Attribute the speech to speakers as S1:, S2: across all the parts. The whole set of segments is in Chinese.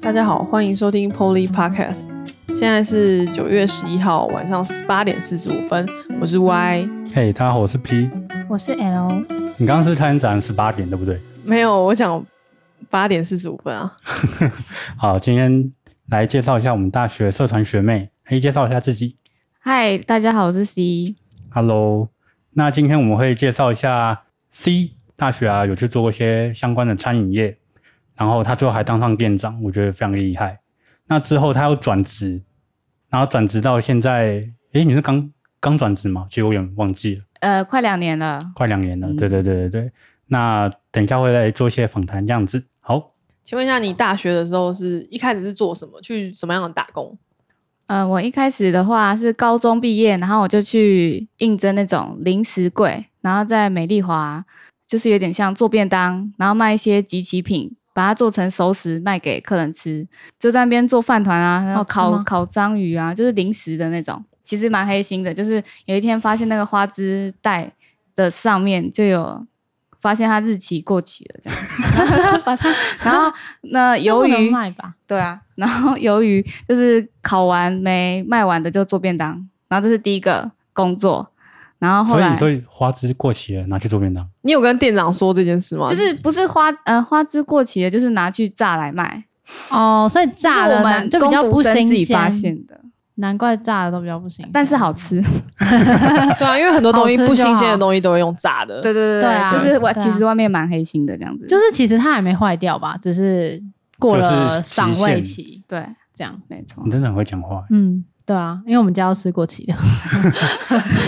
S1: 大家好，欢迎收听 Polly Podcast。现在是九月十一号晚上八点四十五分，我是 Y。
S2: 嘿，大家好，我是 P。
S3: 我是 L，
S2: 你刚刚是参展十八点对不对？
S1: 没有，我讲八点四十五分啊。
S2: 好，今天来介绍一下我们大学社团学妹，可以介绍一下自己。
S3: 嗨，大家好，我是 C。
S2: Hello，那今天我们会介绍一下 C 大学啊，有去做过一些相关的餐饮业，然后他最后还当上店长，我觉得非常厉害。那之后他又转职，然后转职到现在，诶，你是刚刚转职吗？其实我有点忘记了。
S3: 呃，快两年了，
S2: 快两年了，
S1: 嗯
S2: 对对对对对。那等一下会来做一些访谈，这样子。好，
S1: 请问一下，你大学的时候是一开始是做什么？去什么样的打工？
S3: 呃，我一开始的话是高中毕业，然后我就去应征那种零食柜，然后在美丽华，就是有点像做便当，然后卖一些集齐品，把它做成熟食卖给客人吃，就在那边做饭团啊，然后
S4: 好吃吗
S3: 烤烤章鱼啊，就是零食的那种，其实蛮黑心的。就是有一天发现那个花枝袋的上面就有。发现它日期过期了，这 样，把它，然后那鱿
S4: 那不能
S3: 鱼
S4: 卖吧？
S3: 对啊，然后由于就是烤完没卖完的就做便当，然后这是第一个工作，然后后
S2: 所以
S3: 来
S2: 你所以花枝过期了，拿去做便当。
S1: 你有跟店长说这件事吗？
S3: 就是不是花呃花枝过期了，就是拿去炸来卖，
S4: 哦，所以炸
S3: 是
S4: 了
S3: 我
S4: 难
S3: 们
S4: 就比较
S3: 工读
S4: 不
S3: 生
S4: 新
S3: 自己
S4: 鲜，
S3: 发现的，
S4: 难怪炸的都比较不新鲜。
S3: 但是好 吃。
S1: 对啊，因为很多东西
S4: 好吃就
S1: 不新鲜的
S4: 好
S1: 东西都会用炸的。
S3: 对对对
S4: 对啊
S3: 就是我
S4: 对啊
S3: 其实外面蛮黑心的这样子，
S4: 就是其实它还没坏掉吧，只是过了赏
S2: 就
S4: 味
S2: 是
S4: 期
S3: 对，
S4: 这样。，
S3: 没错
S2: 你。真的很会讲话
S4: 嗯，对啊，因为我们家要吃过期的。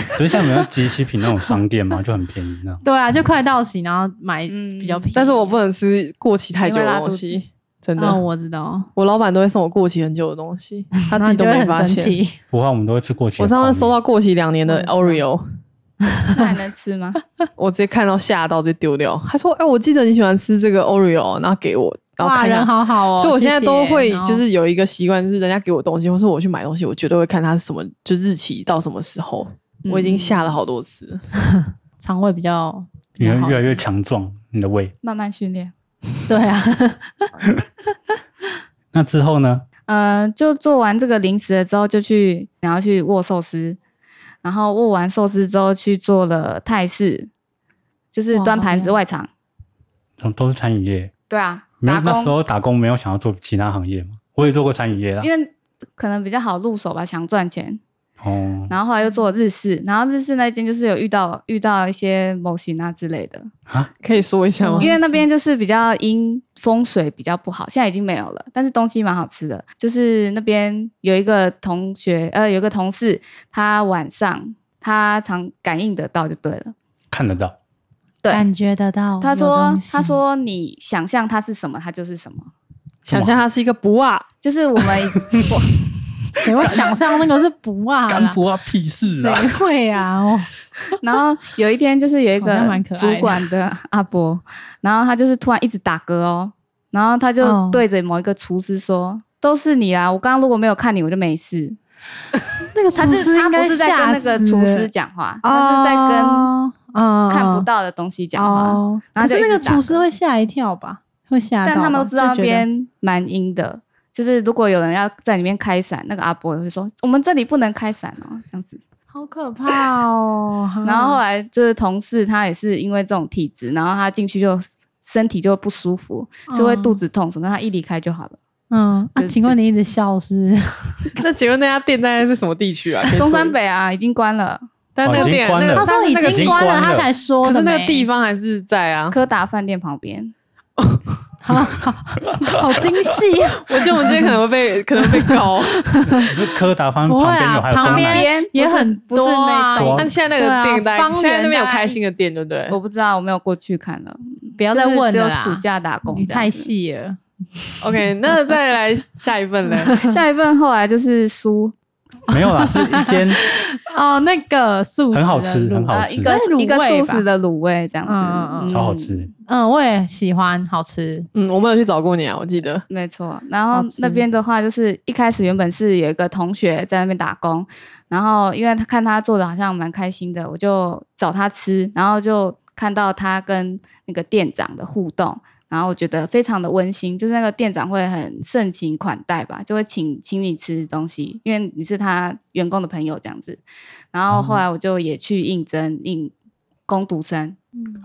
S2: 可是像有没有集齐品那种商店嘛，就很便宜那种。
S4: 对啊，就快到期，然后买
S3: 嗯
S4: 比较便宜。
S1: 但是我不能吃过期太久的东
S3: 你会拉
S1: 西，真的。
S4: 嗯，我知道，
S1: 我老板都会送我过期很久的东西，他自己都
S4: 然后
S1: 没
S4: 就会
S1: 发
S4: 很生
S1: 现。
S4: 气。
S2: 不过我们都会吃过期的
S1: 我
S2: 泡面。
S1: 上次收到过期两年的
S4: 我也
S1: Oreo，
S3: 那还能 吃吗？
S1: 我直接看到吓到，直接丢掉。他说：“哎、我记得你喜欢吃这个 Oreo，然后给我，然后
S4: 哇，
S1: 看一下
S4: 人好好哦，
S1: 所以我现在都会
S4: 谢谢
S1: 就是有一个习惯，就是人家给我东西，或是我去买东西，我绝对会看它是什么，就日期到什么时候。
S4: 嗯
S1: 我已经吓了好多次了，
S4: 肠胃比较比
S2: 你
S4: 较
S2: 会
S4: 好
S2: 越来越强壮，你的胃。
S3: 慢慢训练。
S4: 对啊，
S2: 那之后呢？
S3: 呃，就做完这个零食了之后，就去然后去握寿司，然后握完寿司之后去做了泰式，就是
S4: 哇
S3: 端
S4: 好
S3: 盘子
S4: 厉害
S3: 外场。
S2: 都都是餐饮业。
S3: 对啊，
S2: 没有
S3: 打
S2: 那时
S3: 工，
S2: 候打工没有想要做其他行业嘛？我也做过餐饮业啦
S3: 因。为可能比较好入手吧，想赚钱。
S2: 哦，
S3: 然后后来又做了日式，然后日式那间就是有遇到遇到一些模型啊之类的，
S2: 啊，
S1: 可以说一下吗
S4: 模
S3: 因？为那
S4: 型
S3: 边就是比较因风水比较不好，现在已经没有了，但是东西蛮好吃的。就是那边有一个同学，呃，有一个同事，他晚上他常感应得到就对了。
S2: 看得到。
S3: 对
S4: 感觉得到。
S3: 他说：“他，说你想象它是什么，它就是什么。
S1: 想象它是一个不啊，
S3: 就是我们 我
S4: 谁会想象那个是不啊啦？
S2: 干不啊，屁事啊！
S4: 谁会啊？哦，
S3: 然后有一天就是有一
S4: 好像
S3: 个
S4: 蛮可爱的
S3: 主管的阿伯，然后他就是突然一直打嗝哦，然后他
S4: 哦
S3: 就对着某一个厨师说：“都是你啊啦！我刚刚如果没有看你，我就没事。
S4: 那个”
S3: 他
S4: 厨
S3: 是
S4: 师
S3: 他
S4: 应
S3: 不
S4: 该哦
S3: 是在跟那个厨师讲话，他是在跟
S4: 跟
S3: 看不到的东西讲话。
S4: 嗯哦，
S3: 然后
S4: 可
S3: 就是
S4: 那
S3: 一
S4: 个
S3: 直打
S4: 厨师
S3: 嗝
S4: 会吓一跳吧？会吓到吧，
S3: 但他们都知道
S4: 就
S3: 那
S4: 觉得
S3: 边蛮阴的，就是如果有人要在里面开伞，那个阿伯也会说：“我们这里不能开伞哦。”这样子。。
S4: 好可怕哦
S3: 然后后来就是同事，他也是因为这种体质，然后他进去就身体就不舒服，就会肚子痛什么，他一离开就好了。
S4: 嗯啊，
S3: 就
S4: 请问你一直笑是？
S1: 那请问那家店大概是什么地区啊？可以说
S3: 中山，北啊，已经关了，
S1: 但那个
S2: 哦已经
S1: 店啊
S2: 关
S1: 那个
S2: 了
S4: 他说
S1: 但是那个
S2: 已经
S4: 经
S2: 关
S4: 关
S2: 了
S4: 他才说
S1: 可
S4: 的
S1: 是
S4: 没，
S1: 那个地方还是在啊。
S3: 柯达饭店旁边。
S4: 好好好精细啊，
S1: 我觉得我们今天可能会被可能会被告，
S2: 可是柯达方
S4: 不会
S2: 旁
S4: 啊
S2: 边有还有
S4: 旁
S2: 东
S4: 边
S2: 南，
S4: 也
S3: 不是
S4: 很
S3: 不是
S4: 多啊
S3: 那栋，
S1: 但现在那
S4: 对
S1: 个
S4: 啊
S1: 店大概
S4: 方圆
S1: 现在那边有
S4: 大概
S1: 开新的店，对不对？
S3: 我不知道，我没有过去看了，
S4: 不要
S3: 不
S4: 再问
S3: 只有
S4: 了啦
S3: 暑假打工
S4: 你
S3: 这样
S4: 太
S3: 子。
S4: 细了。
S1: OK，那再来下一份嘞。
S3: 下一份后来就是书，
S2: 没有啦，是一间
S4: 哦，那个素食
S2: 很好
S4: 的
S2: 吃
S4: 卤
S2: 很好
S3: 呃，
S2: 吃
S3: 一个
S4: 那是
S3: 一个
S4: 卤味
S3: 素
S4: 吧
S3: 食的卤味这样子，
S4: 嗯嗯嗯
S2: 超好吃。
S4: 嗯，我也喜欢，好吃。
S1: 嗯，我们有去找过你啊，我记得。
S3: 没错，然
S4: 好
S3: 后
S4: 吃
S3: 那边的话，就是一开始原本是有一个同学在那边打工，然后因为他看他做的好像蛮开心的，我就找他吃，然后就看到他跟那个店长的互动，然后我觉得非常的温馨，就是那个店长会很盛情款待吧，就会请请你吃东西，因为你是他员工的朋友这样子。然后后来我就也去应征应攻读生，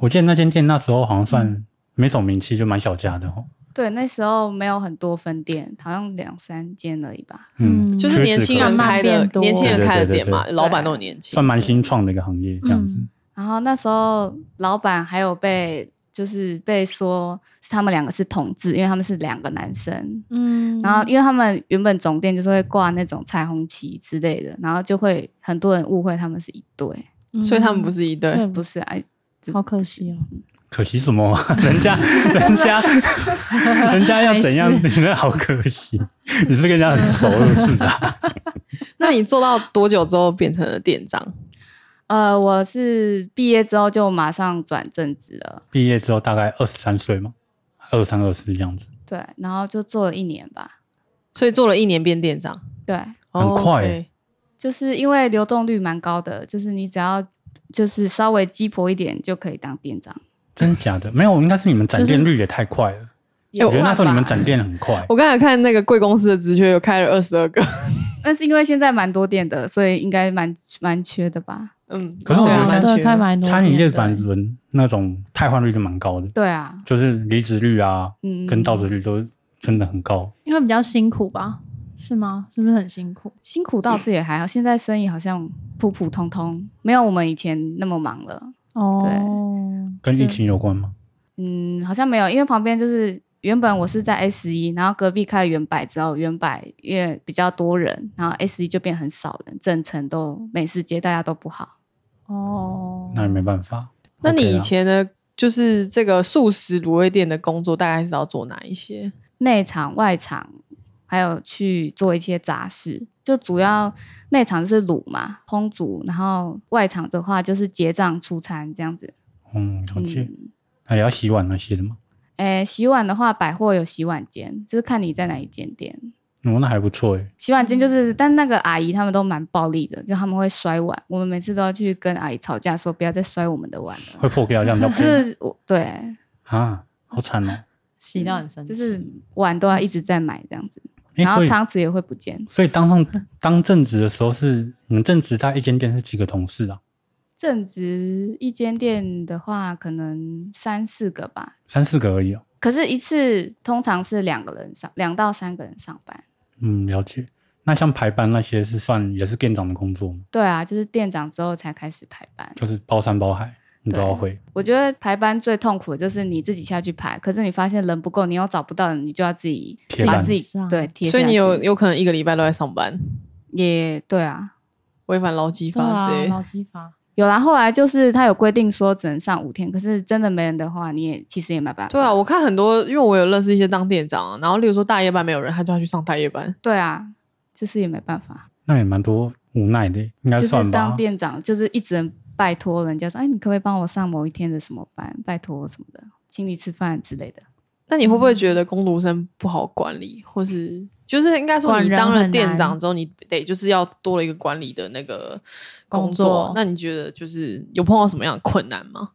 S2: 我记得那间店那时候好像算没什么名气，就蛮小家的哦。
S3: 对，那时候没有很多分店，好像两三间而已吧。
S2: 嗯，
S1: 就是
S2: 屈
S1: 年
S2: 指
S1: 轻
S2: 可
S1: 人开
S2: 数
S1: 的
S4: 慢慢变，多
S1: 年轻人开的店嘛，
S2: 对
S1: 老板都很年轻
S2: 算。蛮新创的一个行业这样子。
S4: 嗯
S3: 然后那时候老板还有被就是被说是他们两个是同志，因为他们是两个男生。
S4: 嗯
S3: 然后，因为他们原本总店就是会挂那种彩虹旗之类的，然后就会很多人误会他们是一对，
S1: 所以他们不是一对
S4: 对，
S3: 嗯不是哎、就嗯
S4: 好可惜哦。
S2: 可惜什么？ 人家人家 人家要怎样？你们好可惜，你是跟人家很熟是不是啊？
S1: 那你做到多久之后变成了店长？
S3: 呃，我是毕业之后就马上转正职了，
S2: 毕业之后大概二十三岁嘛，二三二四这样子，
S3: 对，然后就做了一年吧，
S1: 所以做了一年变店长，
S3: 对，
S2: 很
S1: 哦
S2: 快
S1: OK
S2: 欸
S3: 就是因为流动率蛮高的，就是你只要就是稍微鸡婆一点就可以当店长，
S2: 真假的？没有，应该是你们展店率也太快了。
S3: 也
S2: 哎我觉得那时候你们
S3: 算吧
S2: 展店很快，
S1: 我刚才看那个贵公司的职缺，有开了二十二个。
S3: 但是因为现在蛮多店的，所以应该蛮蛮缺的吧？
S1: 嗯，
S2: 可是哦我
S1: 对啊
S2: 觉得
S1: 蛮
S2: 现在
S4: 对，
S1: 缺
S4: 开蛮多
S2: 餐饮业
S4: 店的
S2: 板轮那种汰换率就蛮高的，
S3: 对啊，
S2: 就是离职率啊
S3: 嗯，
S2: 跟到职率都真的很高。
S4: 因为比较辛苦吧？是吗？是不是很辛苦？
S3: 辛苦倒是也还好，现在生意好像普普通通，没有我们以前那么忙了。
S4: 哦，
S2: 跟疫情有关吗？
S3: 嗯，好像没有，因为旁边就是原本我是在 S 一，然后隔壁开了原百之后，原百也比较多人，然后 S 一就变很少人，整层都美食街大家都不好。
S4: 哦，
S2: 那也没办法。
S1: 那你
S2: OK 啊啦
S1: 以前的，就是这个素食卤味店的工作，大概是要做哪一些？
S3: 内场、外场，还有去做一些杂事。就主要内场就是卤嘛，烹煮，然后外场的话就是结账出餐这样子。
S2: 嗯，了解。
S3: 嗯，
S2: 那也要洗碗那些的吗？
S3: 诶，洗碗的话，百货有洗碗间，就是看你在哪一间店。
S2: 哦，那还不错诶。
S3: 洗碗间就是，但那个阿姨他们都蛮暴力的，就他们会摔碗，我们每次都要去跟阿姨吵架，说不要再摔我们的碗 了。
S2: 会破掉这样比较
S3: 就
S2: 不
S3: 是我对，
S2: 啊，好惨哦。
S4: 洗到很生气，
S3: 就是碗都要一直在买这样子，
S2: 诶
S3: 然
S2: 所
S3: 后
S2: 以
S3: 汤匙也会不见。
S2: 所以当上当正职的时候是你们正职，他一间店是几个同事啊？
S3: 正值一间店的话，可能三四个吧，
S2: 三四个而已哦。
S3: 可是一次通常是两个人上，两到三个人上班。
S2: 嗯，了解。那像排班那些是算也是店长的工作吗？
S3: 对啊，就是店长之后才开始排班。
S2: 就是包山包海，你都
S3: 对
S2: 要会。
S3: 我觉得排班最痛苦的就是你自己下去排，可是你发现人不够，你又找不到人，你就要自己
S2: 铁
S3: 把
S2: 板
S3: 自己
S4: 上
S3: 对贴下
S1: 所
S2: 啊
S3: 去。
S1: 以你有有可能一个礼拜都在上班，
S3: 也对啊，
S1: 违反劳基
S4: 对
S1: 法
S4: 啊
S1: 之类，
S4: 老激发。
S3: 有啦。后来就是他有规定说只能上五天，可是真的没人的话，你也其实也没办法。
S1: 对啊，我看很多，因为我有认识一些当店长啊，然后例如说大夜班没有人，他就要去上大夜班。
S3: 对啊，就是也没办法，
S2: 那也蛮多无奈的，应该
S3: 就是
S2: 算吧。
S3: 当店长就是一直能拜托人家说，哎，你可不可以帮我上某一天的什么班，拜托什么的，请你吃饭之类的。
S1: 那你会不会觉得
S4: 嗯
S1: 工读生不好管理，或是就是应该说
S4: 管
S1: 你
S4: 人
S1: 当了
S4: 很
S1: 店
S4: 难
S1: 长之后，你得就是要多了一个管理的那个工
S4: 工作
S1: 那你觉得就是有碰到什么样的困难吗？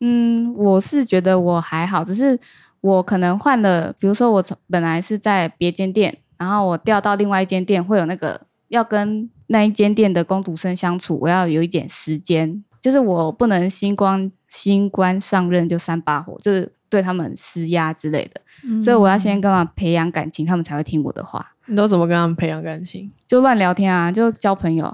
S3: 嗯，我是觉得我还好，只是我可能换了，比如说我从本来是在别间店，然后我调到另外一间店，会有那个要跟那一间店的工读生相处，我要有一点时间，就是我不能新官新官上任就三把火，就是对他们施压之类的，
S4: 嗯
S3: 所以我要先
S4: 跟
S3: 干嘛培养感情，他们才会听我的话，
S1: 你都怎么跟他们培养感情？
S3: 就乱聊天啊，就交朋友，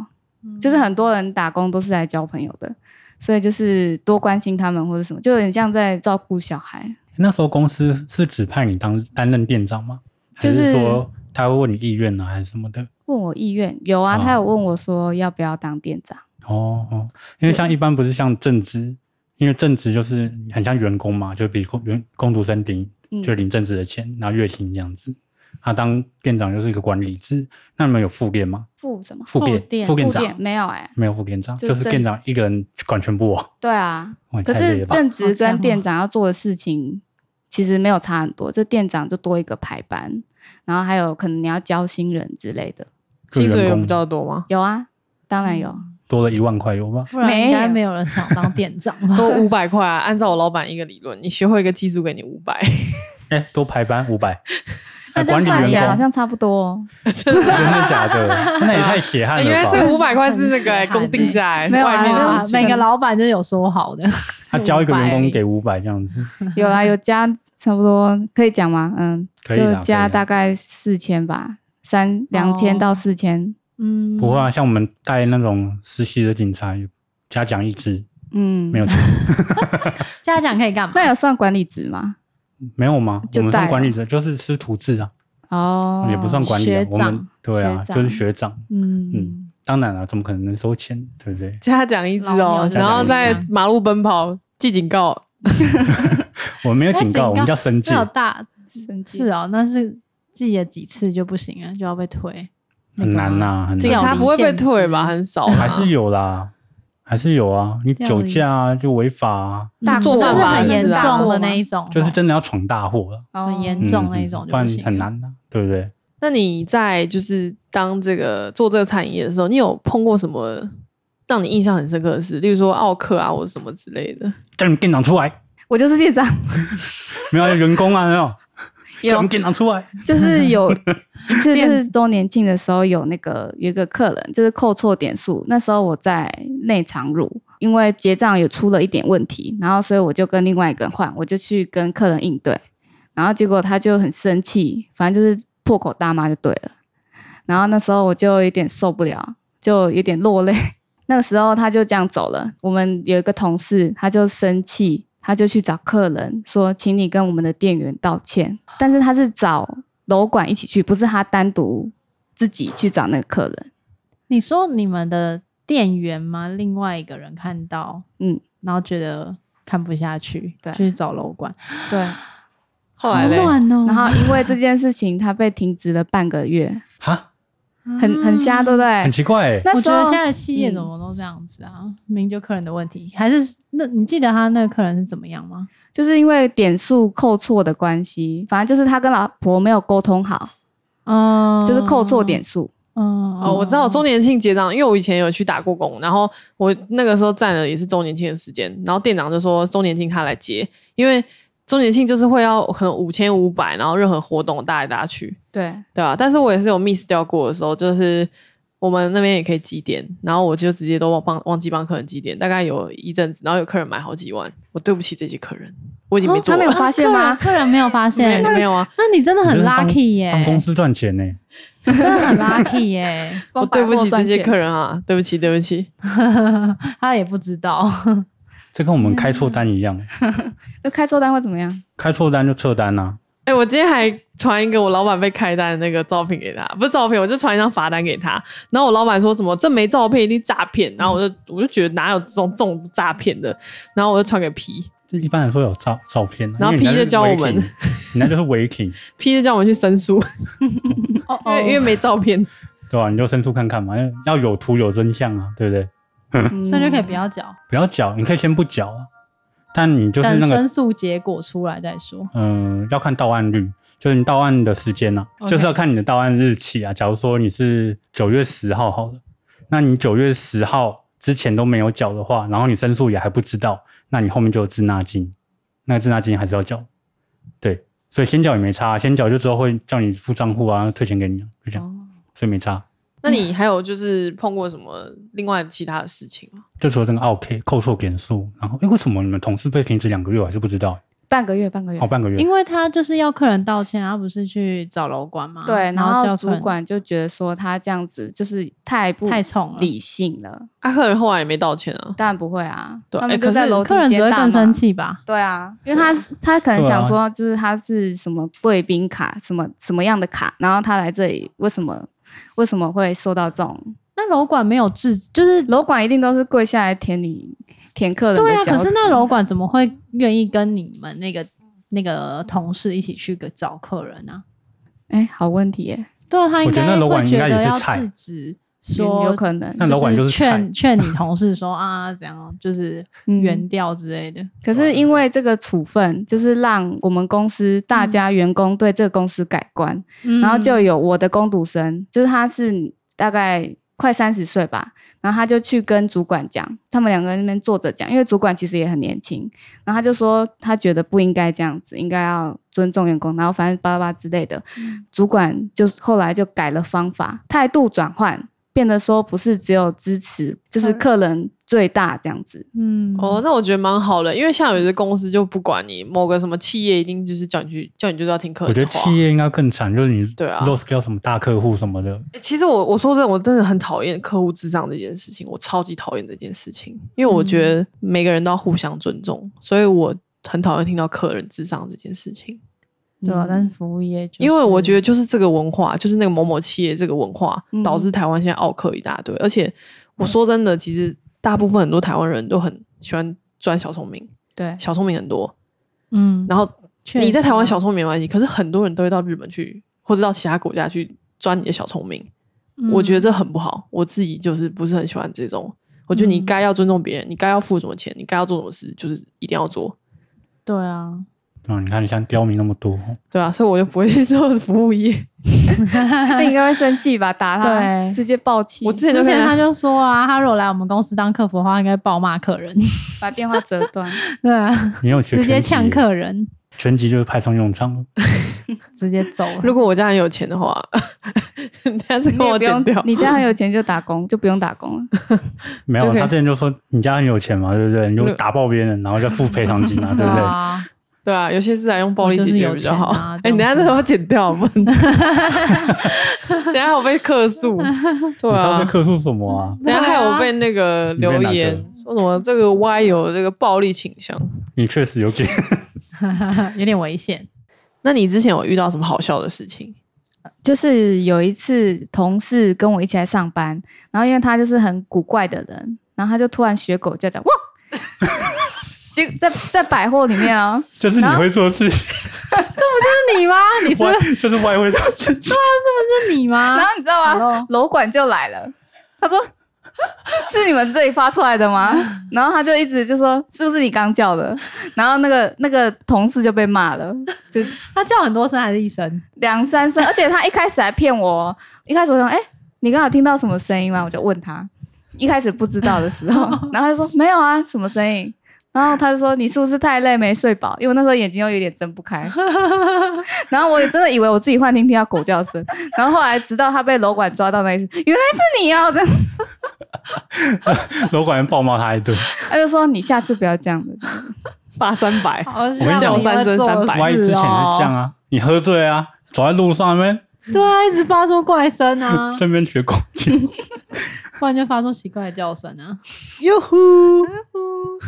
S4: 嗯
S3: 就是很多人打工都是来交朋友的。所以就是多关心他们或者什么，就有点像在照顾小孩。
S2: 那时候公司是指派你当担任店长吗？还
S3: 就是
S2: 是说他会问你意愿啊，还是什么的？
S3: 问我意愿，有啊，
S2: 哦
S3: 他有问我说要不要当店长，
S2: 哦哦，因为像一般不是像正职，因为正职就是很像员工嘛，就比工员工读生领
S3: 嗯
S2: 就领正职的钱，然后月薪这样子。啊，当店长就是一个管理制。那你们有副店吗？
S3: 副什么
S2: 副
S4: 副
S2: 店
S4: 店
S2: 副店
S3: 副
S2: 长
S3: 店没有哎、
S2: 没有副店长，
S3: 就
S2: 就是
S3: 正
S2: 店长一个人管全部哦。
S3: 对啊，
S2: 哇
S3: 可
S2: 太累
S3: 是
S2: 了吧
S3: 正职
S4: 好强
S3: 跟
S4: 哦
S3: 店长要做的事情其实没有差很多，就店长就多一个排班，然后还有可能你要教新人之类的，
S2: 就
S1: 薪水
S2: 员
S1: 有
S2: 工
S1: 比较多吗？
S4: 嗯
S3: 有啊，当然有，
S2: 多了一万块 有吧？
S4: 不然应该
S3: 没
S4: 没有人想当店长 吧？
S1: 都五百块啊！按照我老板一个理论，你学会一个技术给你五百，
S2: 哎、都排班五百，
S3: 那
S2: 哎
S3: 这
S2: 管
S3: 样
S2: 理
S3: 算起来好
S2: 员工，
S3: 像差不多、哦。
S2: 真的假 的？那也太血汗
S1: 因为
S2: 了
S1: 这
S2: 吧！
S1: 个五百块是那个欸
S4: 很惨欸
S1: 公定价欸，
S3: 没有啊
S1: 外面的
S4: 啊
S3: 就
S1: 东西
S4: 每个老板就有说好的，
S2: 他教一个员工
S4: 500
S2: 给五百这样子，
S3: 有啦，有加差不多可以讲吗？嗯，
S2: 可以啦
S3: 就
S2: 可以啦
S3: 加大概四千吧，
S4: 哦
S3: 三两千到四千。
S4: 嗯，
S2: 不会啊，像我们带那种实习的警察，嘉奖一支，
S3: 嗯，
S2: 没有 钱，
S4: 嘉奖可以干嘛？
S3: 那有算管理职吗？
S2: 没有吗？我
S3: 就
S2: 们
S3: 带
S2: 算
S3: 了
S2: 管理者，就是师徒制啊，
S3: 哦，
S2: 也不算管理啊
S4: 学，
S2: 我
S4: 长
S2: 们对啊，
S3: 学长
S2: 就是学长。
S4: 嗯，
S2: 当然了、啊怎么可能能收钱，对不 对？
S1: 嘉奖一只哦
S4: 老鸟，
S1: 然后在马路奔跑记警告，
S2: 我们没有
S4: 那
S2: 警
S4: 警
S2: 告，我们
S4: 告
S2: 叫申诫
S4: 那。有大
S3: 生气
S4: 是哦，那是记了几次就不行了，啊就要被退。
S2: 很难哦呐、很
S1: 警
S4: 这个啊
S1: 察
S2: 难。
S1: 不会被退吧？很 少吧，
S2: 还是有啦，还是有啊。你
S4: 调
S2: 酒
S4: 离
S2: 驾啊，就违法啊，
S3: 大
S1: 做
S4: 但
S1: 法
S4: 是
S1: 吧
S4: 很
S1: 是
S4: 严
S1: 啊
S4: 重的那一种，
S2: 就是真的要闯大祸了。
S3: 哦
S4: 啊很严
S2: 哦嗯
S4: 重那一
S2: 嗯
S4: 种就
S2: 不
S4: 不
S2: 然
S4: 行
S2: 很
S4: 了
S2: 难的、对不对？
S1: 那你在就是当这个做这个餐饮业的时候，你有碰过什么让你印象很深刻的事？例如说奥克啊，或者什么之类的。
S2: 叫你们店长出来，
S3: 我就是店长，
S2: 没有员工啊，没 有，叫你
S3: 有
S2: 们店长出来。
S3: 就是有一次就
S4: 店
S3: 是周年庆的时候，有那个有一个客人就是扣错点数，那时候我在内场乳，因为结账有出了一点问题，然后所以我就跟另外一个人换，我就去跟客人应对，然后结果他就很生气，反正就是破口大骂就对了。然后那时候我就有点受不了，就有点落泪。那个时候他就这样走了。我们有一个同事，他就生气，他就去找客人说：“请你跟我们的店员道歉。”但是他是找楼管一起去，不是他单独自己去找那个客人。
S4: 你说你们的店员吗？另外一个人看到，
S3: 嗯，
S4: 然后觉得看不下去，
S3: 对
S4: 就去找楼管，
S3: 对。
S1: 后
S4: 好
S1: 来嘞，
S4: 乱哦。
S3: 然后因为这件事情，他被停职了半个月，
S2: 哈，
S3: 很很瞎，对不
S2: 很
S3: 对？
S2: 奇怪、欸，
S3: 那
S4: 嗯我
S3: 时
S4: 觉得
S3: 候嗯
S4: 现在的企业怎么都这样子啊，明明就客人的问题，还是那你记得他那个客人是怎么样吗？
S3: 就是因为点数扣错的关系，反正就是他跟老婆没有沟通好，
S4: 嗯，
S3: 呃就是扣错点，数。
S4: 嗯，
S1: 哦，我知道周年庆结账，因为我以前有去打过工，然后我那个时候站的也是周年庆的时间，然后店长就说周年庆他来结，因为周年庆就是会要可能五千五百，然后任何活动大来大去，
S3: 对，
S1: 对啊，但是我也是有 miss 掉过的时候，就是我们那边也可以积点，然后我就直接都忘帮忘记帮客人积点，大概有一阵子，然后有客人买好几万，我对不起这些客人，我已经没
S3: 哦
S1: 做
S3: 他没
S1: 了，
S3: 有发现 吗？
S4: 客人没有发
S1: 没
S4: 现，
S1: 有
S4: 那
S1: 没有啊，
S4: 那你真的很
S2: 你真的帮
S4: lucky 耶，
S2: 帮公司赚钱呢、欸
S4: 真的很 lucky 耶，
S1: 我对不起这些客人啊，对不起对不起，
S4: 他也不知道，
S2: 这跟我们开错单一样，
S3: 那开错单会怎么样？
S2: 开错单就撤单啊。
S1: 哎、我今天还传一个我老板被开单的那个照片给他，不是照片，我就传一张罚单给他。然后我老板说什么这没照片一定诈骗，然后我就我就觉得哪有这种这种诈骗的，然后我就传给 P，P
S2: 这一般来说有照照片啊，
S1: 然后
S2: 因为人家
S1: P
S2: 是
S1: 就教我们
S2: waiting，人家就是 waiting，
S1: 就叫我们去申诉，
S4: 哦
S1: 因为因为没照片。
S2: 对吧、你就申诉看看嘛，要有图有真相啊，对不对？
S3: 嗯
S4: 所以就可以不要缴，
S2: 不要缴，你可以先不缴啊，但你就是
S4: 等
S2: 那个
S4: 申诉结果出来再说。
S2: 嗯，要看到案率，就是你到案的时间呐、
S4: OK
S2: 就是要看你的到案日期啊。假如说你是九月十号好了，那你九月十号之前都没有缴的话，然后你申诉也还不知道，那你后面就有滞纳金，那个滞纳金还是要缴。对，所以先缴也没差，啊先缴就之后会叫你付账户啊，退钱给你啊，就这样，
S3: 哦
S2: 所以没差。
S1: 那你还有就是碰过什么另外其他的事情吗？
S2: 就除了这个啊 OK 扣错点数，然后诶，为什么你们同事被停止两个月，我还是不知道？
S3: 半个月，半个月
S2: 哦，。半个月
S4: 因为他就是要客人道歉，他不是去找楼管吗？
S3: 对，啊然
S4: 然
S3: 后
S4: 叫客
S3: 主
S4: 人
S3: 管就觉得说他这样子就是太不
S4: 太冲了，
S3: 理性了，
S1: 啊，客人后来也没道歉啊。
S3: 当然不会啊，
S1: 对
S3: 他
S1: 哎
S3: 们
S1: 可
S3: 就在
S1: 是
S3: 楼
S4: 客人
S3: 顶
S4: 只
S3: 接
S4: 会
S3: 大
S4: 更生
S3: 嘛。
S4: 气吧？
S3: 对啊，因为他他可能
S2: 对啊
S3: 想说，就是他是什么贵宾卡，什么什么样的卡，然后他来这里为什么为什么会受到这种？
S4: 那楼管没有制，就是
S3: 楼管一定都是跪下来舔你舔客人的
S4: 对啊，
S3: 脚
S4: 可是那
S3: 趾
S4: 楼管怎么会愿意跟你们那个那个同事一起去个找客人啊呢、
S3: 哎，好问题耶，
S4: 对啊，他应
S2: 我觉得那
S4: 该
S2: 楼管
S4: 会觉
S2: 应该
S4: 得
S2: 也
S4: 要
S2: 是菜
S4: 制止
S3: 有
S4: 说。
S3: 可能
S2: 那楼管就是菜
S4: 劝劝你同事说啊，怎样就是
S3: 嗯
S4: 圆掉之类的。
S3: 可
S2: 啊
S3: 是因为这个处分，就是让我们公司
S4: 嗯
S3: 大家员工嗯对这个公司改观，然后就有我的工读生，就是他是大概快三十岁吧，然后他就去跟主管讲，他们两个人在那边坐着讲，因为主管其实也很年轻，然后他就说他觉得不应该这样子，应该要尊重员工，然后反正巴拉巴拉之类的。
S4: 嗯
S3: 主管就后来就改了方法，态度转换，变得说不是只有支持，就是客人最大这样子。
S4: 嗯，
S1: 哦，，那我觉得蛮好的，因为像有些公司就不管你某个什么企业，一定就是叫你去叫你就是要听客
S2: 我
S1: 人
S2: 觉
S1: 的
S2: 得
S1: 话。
S2: 企业应该更惨，就是你
S1: 对啊
S2: low scale 什么大客户什么的，
S1: 欸其实我我说真的，我真的很讨厌客户至上这件事情，我超级讨厌这件事情，因为我觉
S2: 嗯
S1: 得每个人都要互相尊重，所以我很讨厌听到客人至上这件事情，
S4: 对啊，
S3: 嗯
S4: 但是服务业就是，
S1: 因为我觉得就是这个文化，就是那个某某企业这个文化，
S3: 嗯
S1: 导致台湾现在奥客一大堆。而且我说真的，其实大部分很多台湾人都很喜欢钻小聪明，
S3: 对，
S1: 小聪明很多，
S4: 嗯，
S1: 然后
S4: 确
S1: 你在台湾
S4: 实啊
S1: 小聪明没关系，可是很多人都会到日本去，或者到其他国家去钻你的小聪明。
S4: 嗯
S1: 我觉得这很不好，我自己就是不是很喜欢这种。我觉得你
S4: 嗯
S1: 该要尊重别人，你该要付什么钱，你该要做什么事，就是一定要做，
S4: 对啊，
S2: 嗯，你看像刁民那么多，
S1: 对啊，所以我就不会去做服务业。
S3: 那应该会生气吧？打他，
S4: 对
S3: 直接暴气，
S1: 我之前就
S4: 之前
S1: 跟
S4: 他就说啊，他如果来我们公司当客服的话，应该暴骂客人，
S3: 把电话折断。
S4: 对啊，
S2: 你有学
S4: 直接
S2: 拳击
S4: 呛客人，
S2: 全集就是派上用场了。
S4: 直接走 了。
S1: 如果我家很有钱的话， 下次
S3: 你
S1: 帮
S3: 也
S1: 我
S3: 不
S1: 剪
S3: 用
S1: 掉，。
S3: 你家很有钱就打工，就不用打工了。
S2: 没
S1: 就
S2: 有，啊
S1: 可以
S2: 他之前就说你家很有钱嘛，对不对？你就打爆别人，然后再付赔偿金啊，对不对？
S4: 啊，
S1: 对啊，有些事还用暴力
S4: 我就
S1: 解
S4: 是
S1: 决
S4: 有
S1: 比较
S4: 钱
S1: 好。哎、
S4: 啊
S1: 你
S4: 这
S1: 等一
S4: 样
S1: 下
S4: 子
S1: 再帮我剪掉， 不能剪等一下我被客诉。对
S2: 你知道
S1: 啊
S2: 在，客诉什么啊？
S1: 等一下害我被那个
S2: 你被
S1: 留
S2: 哪个
S1: 言说什么这个 Y 有这个暴力倾向。
S2: 你确实有给，
S4: 有点危险。
S1: 那你之前有遇到什么好笑的事情？
S3: 就是有一次同事跟我一起来上班，然后因为他就是很古怪的人，然后他就突然学狗叫讲哇， 结在在百货里面哦，
S2: 这是你会做的事情，
S4: 是你吗？你是
S2: 外就是外会做的事情。
S4: 是你吗
S1: 啊
S3: 然？后你知道吗
S4: Hello？？
S3: 楼管就来了，他说 是你们这里发出来的吗？ 然后他就一直就说是不是你刚叫的？ 然后那个那个同事就被骂了，就
S4: 他叫很多声还是一声？
S3: 两三声，而且他一开始还骗我，一开始我想，哎、你刚好听到什么声音吗？我就问他，一开始不知道的时 候，然后他就说没有啊，什么声音？然后他就说你是不是太累没睡饱？因为我那时候眼睛又有点睁不 开，然后我也真的以为我自己幻听听到狗叫声，然后后来直到他被楼管抓到那一次，原来是你啊！我真的
S2: 楼管员暴骂他一顿，
S3: 他就说你下次不要这样子。
S1: 八三 百，
S4: 我
S2: 我跟你讲
S4: 我
S1: 三声三百
S2: 歪之前也是这样啊，你喝醉啊，走在路上那边
S4: 对啊，一直发出怪声 啊，
S2: 这边学狗叫，
S4: 不然就发出奇怪的叫声啊。
S1: 哟呼，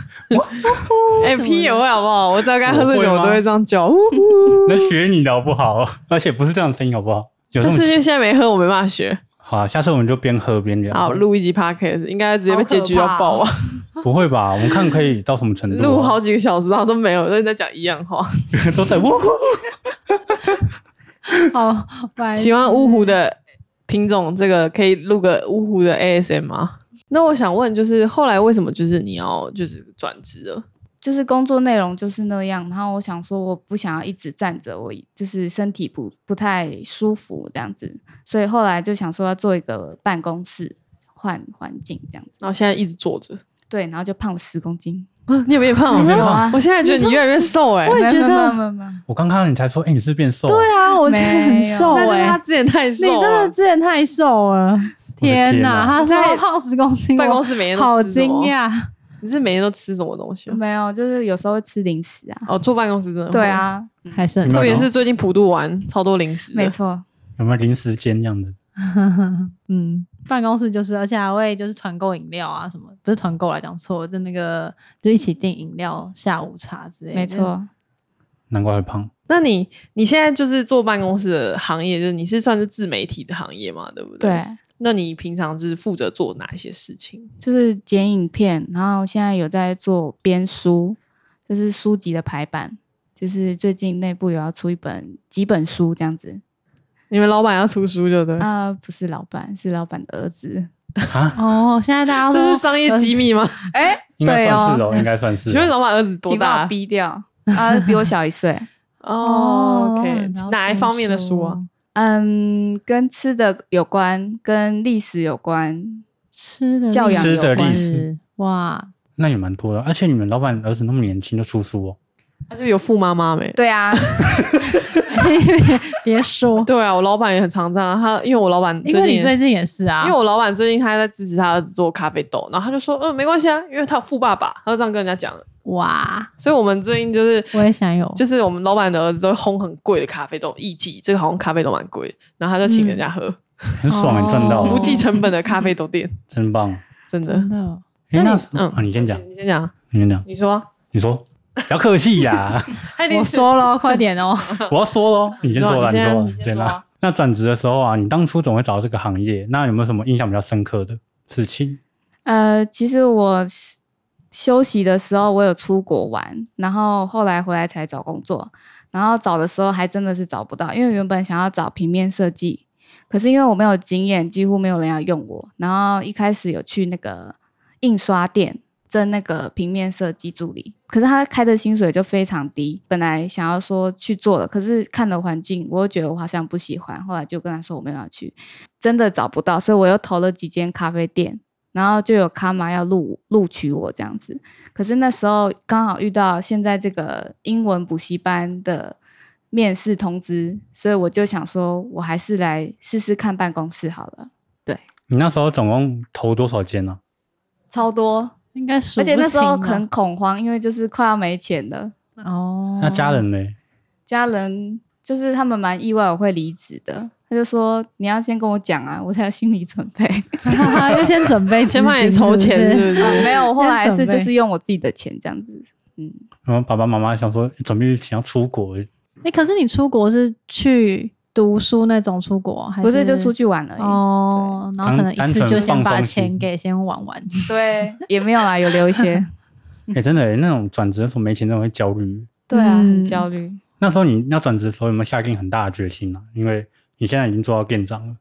S1: 哎，屁有会好不好？我只要跟他喝醉酒，
S2: 我会
S1: 我
S2: 吗
S1: 都会这样 叫。呼呼
S2: 那学你的好不好？ 而且不是这样的声音好不好？有这
S1: 但
S2: 种
S1: 是就现在没喝，我没办法学。
S2: 好啊，下次我们就边喝边聊。
S1: 好，录一集 podcast，应该直接被结局要爆啊！
S2: 不会吧？我们看可以到什么程度啊？
S1: 录好几个小时，然后都没有，都在讲一样话。
S2: 都在呜呼。
S4: 好，拜
S1: 喜欢芜湖的听众，这个可以录个芜湖的 ASM 吗？那我想问，就是后来为什么就是你要就是转职了？
S3: 就是工作内容就是那样，然后我想说我不想要一直站着，我就是身体不不太舒服这样子，所以后来就想说要做一个办公室换环境这样子，
S1: 然后现在一直坐着，
S3: 对，然后就胖了十公斤，
S1: 啊 你有变胖
S2: 没
S1: 了？
S2: 有
S3: 啊
S1: 我现在觉得你越来越瘦哎
S4: 我。也觉得
S3: 没有没有没有没有
S2: 我刚看到你才说，哎、你是变瘦、啊？
S4: 对啊，我觉得很瘦
S1: 但是
S4: 哎、
S1: 他之前太
S4: 你
S1: 瘦了，
S4: 真的之前太瘦了，天
S2: 天啊哪
S4: 哪！他
S1: 在
S4: 在胖十公斤，
S1: 办公室每天
S4: 我
S1: 都
S4: 好
S1: 吃什
S4: 惊
S1: 么
S4: 讶。
S1: 你是每天都吃什么东西啊？
S3: 没有，就是有时候会吃零食啊，
S1: 哦，坐办公室真的会
S3: 对，啊，
S1: 嗯
S4: 还是很
S2: 你
S1: 特
S2: 们
S1: 别是最近普渡完超多零食的，
S3: 没错，
S2: 有没有零食间这样子？
S4: 嗯，办公室就是，而且还会就是团购饮料啊什么，不是团购来讲错，就那个就一起订饮料、下午茶之类的。
S3: 没，错，
S2: 难怪会胖。
S1: 那你你现在就是做办公室的行业，就是你是算是自媒体的行业嘛，对不对？
S3: 对。，
S1: 那你平常是负责做哪一些事情？
S3: 就是剪影片，然后现在有在做编书，就是书籍的排版，就是最近内部有要出一本几本书这样子，
S1: 你们老板要出书就对了，
S3: 啊、不是老板，是老板的儿子。
S4: 哦，现在大家
S1: 这
S4: 都
S1: 是商业机密吗？
S3: 哎、
S2: 应该算是哦，应该算 是、
S1: 请问
S2: 哦。
S1: 老板儿子多
S3: 请把
S1: 大啊
S3: 我？ 逼掉啊、比我小一岁
S1: 哦，OK，
S4: 然后
S1: 哪一
S4: 出
S1: 方面的书啊？？
S3: 嗯，跟吃的有关，跟历史有关。
S4: 吃的
S3: 教养
S2: 吃的
S3: 有关
S2: 历史，
S4: 哇，
S2: 那也蛮多的。而且你们老板儿子那么年轻就出书哦，
S1: 他就有富妈妈没？
S3: 对啊，
S4: 别说，
S1: 对啊，我老板也很常这样。他因为我老板
S4: 因
S1: 最
S4: 为
S1: 近
S4: 你
S1: 也，
S4: 最近也是啊，
S1: 因为我老板最近他在支持他儿子做咖啡豆，然后他就说，嗯，没关系啊，因为他有富爸爸，他就这样跟人家讲了。
S4: 哇，
S1: 所以我们最近就是
S4: 我也想有，
S1: 就是我们老板的儿子都会烘很贵的咖啡豆，意季这个好像咖啡豆蛮贵的，然后他就
S4: 嗯
S1: 请人家喝，
S2: 很爽，你赚到
S4: 哦
S1: 不
S2: 了，
S1: 计成本的咖啡豆店，
S2: 真棒。
S1: 真的。
S4: 真的，
S2: 哎，那
S1: 你嗯
S2: 是啊，你先讲，
S1: 你先讲，
S2: 你先讲，
S1: 你说啊，
S2: 你说，不要客气 呀，
S1: 他一定
S4: 我
S1: 是
S4: 说 了，快点哦，
S2: 我要说喽，你先说啦，
S1: 你
S2: 你
S1: 说啊
S2: 说啦
S1: 你，先
S2: 对
S1: 说啊
S2: 啦。那转职的时候啊，你当初怎么会找到这个行业？那有没有什么印象比较深刻的事情？
S3: 呃，其实我是休息的时候我有出国玩，然后后来回来才找工作，然后找的时候还真的是找不到，因为原本想要找平面设计，可是因为我没有经验，几乎没有人要用我。然后一开始有去那个印刷店。争那个平面设计助理，可是他开的薪水就非常低。本来想要说去做了，可是看了环境，我又觉得我好像不喜欢，后来就跟他说我没有要去，真的找不到，所以我又投了几间咖啡店，然后就有卡玛要录录取我这样子。可是那时候刚好遇到现在这个英文补习班的面试通知，所以我就想说，我还是来试试看办公室好了。
S2: 你那时候总共投多少间啊呢？
S3: 超多，
S4: 应该数
S3: 而且
S4: 不
S3: 那时候
S4: 清啊吧
S3: 很恐慌，因为就是快要没钱了，
S4: 哦，
S2: 那家人呢？
S1: 嗯
S3: 家人就是他们蛮意外我会离职的。他就说：“你要先跟我讲啊，我才有心理准备。
S4: 要先准 备资金，
S1: 先帮你筹钱，
S4: 是不
S1: 是
S4: 是
S1: 不是？
S3: 嗯没有，我后来还
S4: 先
S3: 是
S4: 准备
S3: 就是用我自己的钱这样子。嗯，
S2: 然后爸爸妈妈想说，准备想要出国，
S4: 哎，可是你出国是去读书那种出国，还
S3: 不是就出去玩而已。
S4: 哦，然后可能一
S2: 单
S4: 次
S2: 单
S4: 就
S2: 纯
S4: 先
S2: 放
S4: 把
S2: 松
S4: 钱
S2: 心
S4: 给先玩完，
S3: 对，也没有啦，有留一些。
S2: 哎、真 的、欸，那种转职的时候没钱，真的会焦虑。
S3: 对啊，
S4: 嗯
S3: 很焦虑。
S2: 那时候你要转职的时候，有没有下定很大的决心啊？因为你现在已经做到店长了，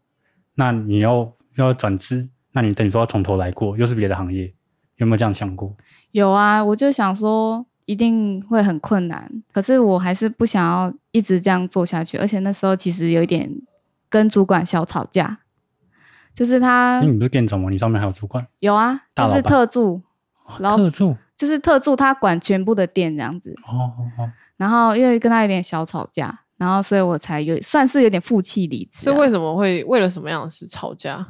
S2: 那你要要转职，那你等于说要从头来过，又是别的行业，有没有这样想过？
S3: 有啊，我就想说一定会很困难，可是我还是不想要一直这样做下去。而且那时候其实有一点跟主管小吵架，就是他
S2: 因为你不是店长吗？你上面还有主管，
S3: 有啊，
S2: 大
S3: 就
S2: 老
S3: 是
S2: 板
S3: 特助，老
S2: 哦、特助
S3: 就是特助他管全部的店这样子。
S2: 哦哦哦，
S3: 然后因为跟他有点小吵架，然后所以我才有算是有点负气离职
S1: 所
S3: 啊、
S1: 以为什么会为了什么样的事吵架？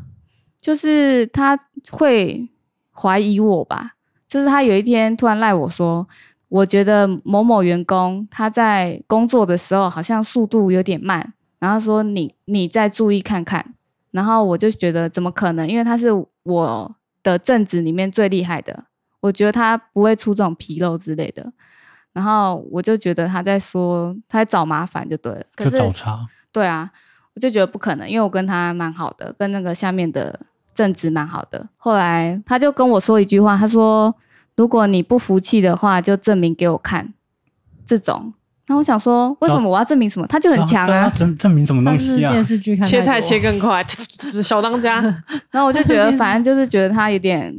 S3: 就是他会怀疑我吧，就是他有一天突然赖我说，我觉得某某员工他在工作的时候好像速度有点慢，然后说你你再注意看看，然后我就觉得怎么可能？因为他是我的正职里面最厉害的，我觉得他不会出这种纰漏之类的。然后我就觉得他在说，他在找麻烦就对了。可
S2: 就是找茬。
S3: 对啊，我就觉得不可能，因为我跟他蛮好的，跟那个下面的正职蛮好的。后来他就跟我说一句话，他说：“如果你不服气的话，就证明给我看。”这种，然后我想说，为什么我要证明什么？他就很强
S2: 这要
S3: 啊。
S2: 证证明什么
S4: 但
S2: 东
S4: 是
S2: 西啊？
S4: 电视剧看
S1: 切
S4: 太
S1: 菜
S4: 多
S1: 切更快， 小当家。
S3: 然后我就觉得，反正就是觉得他有点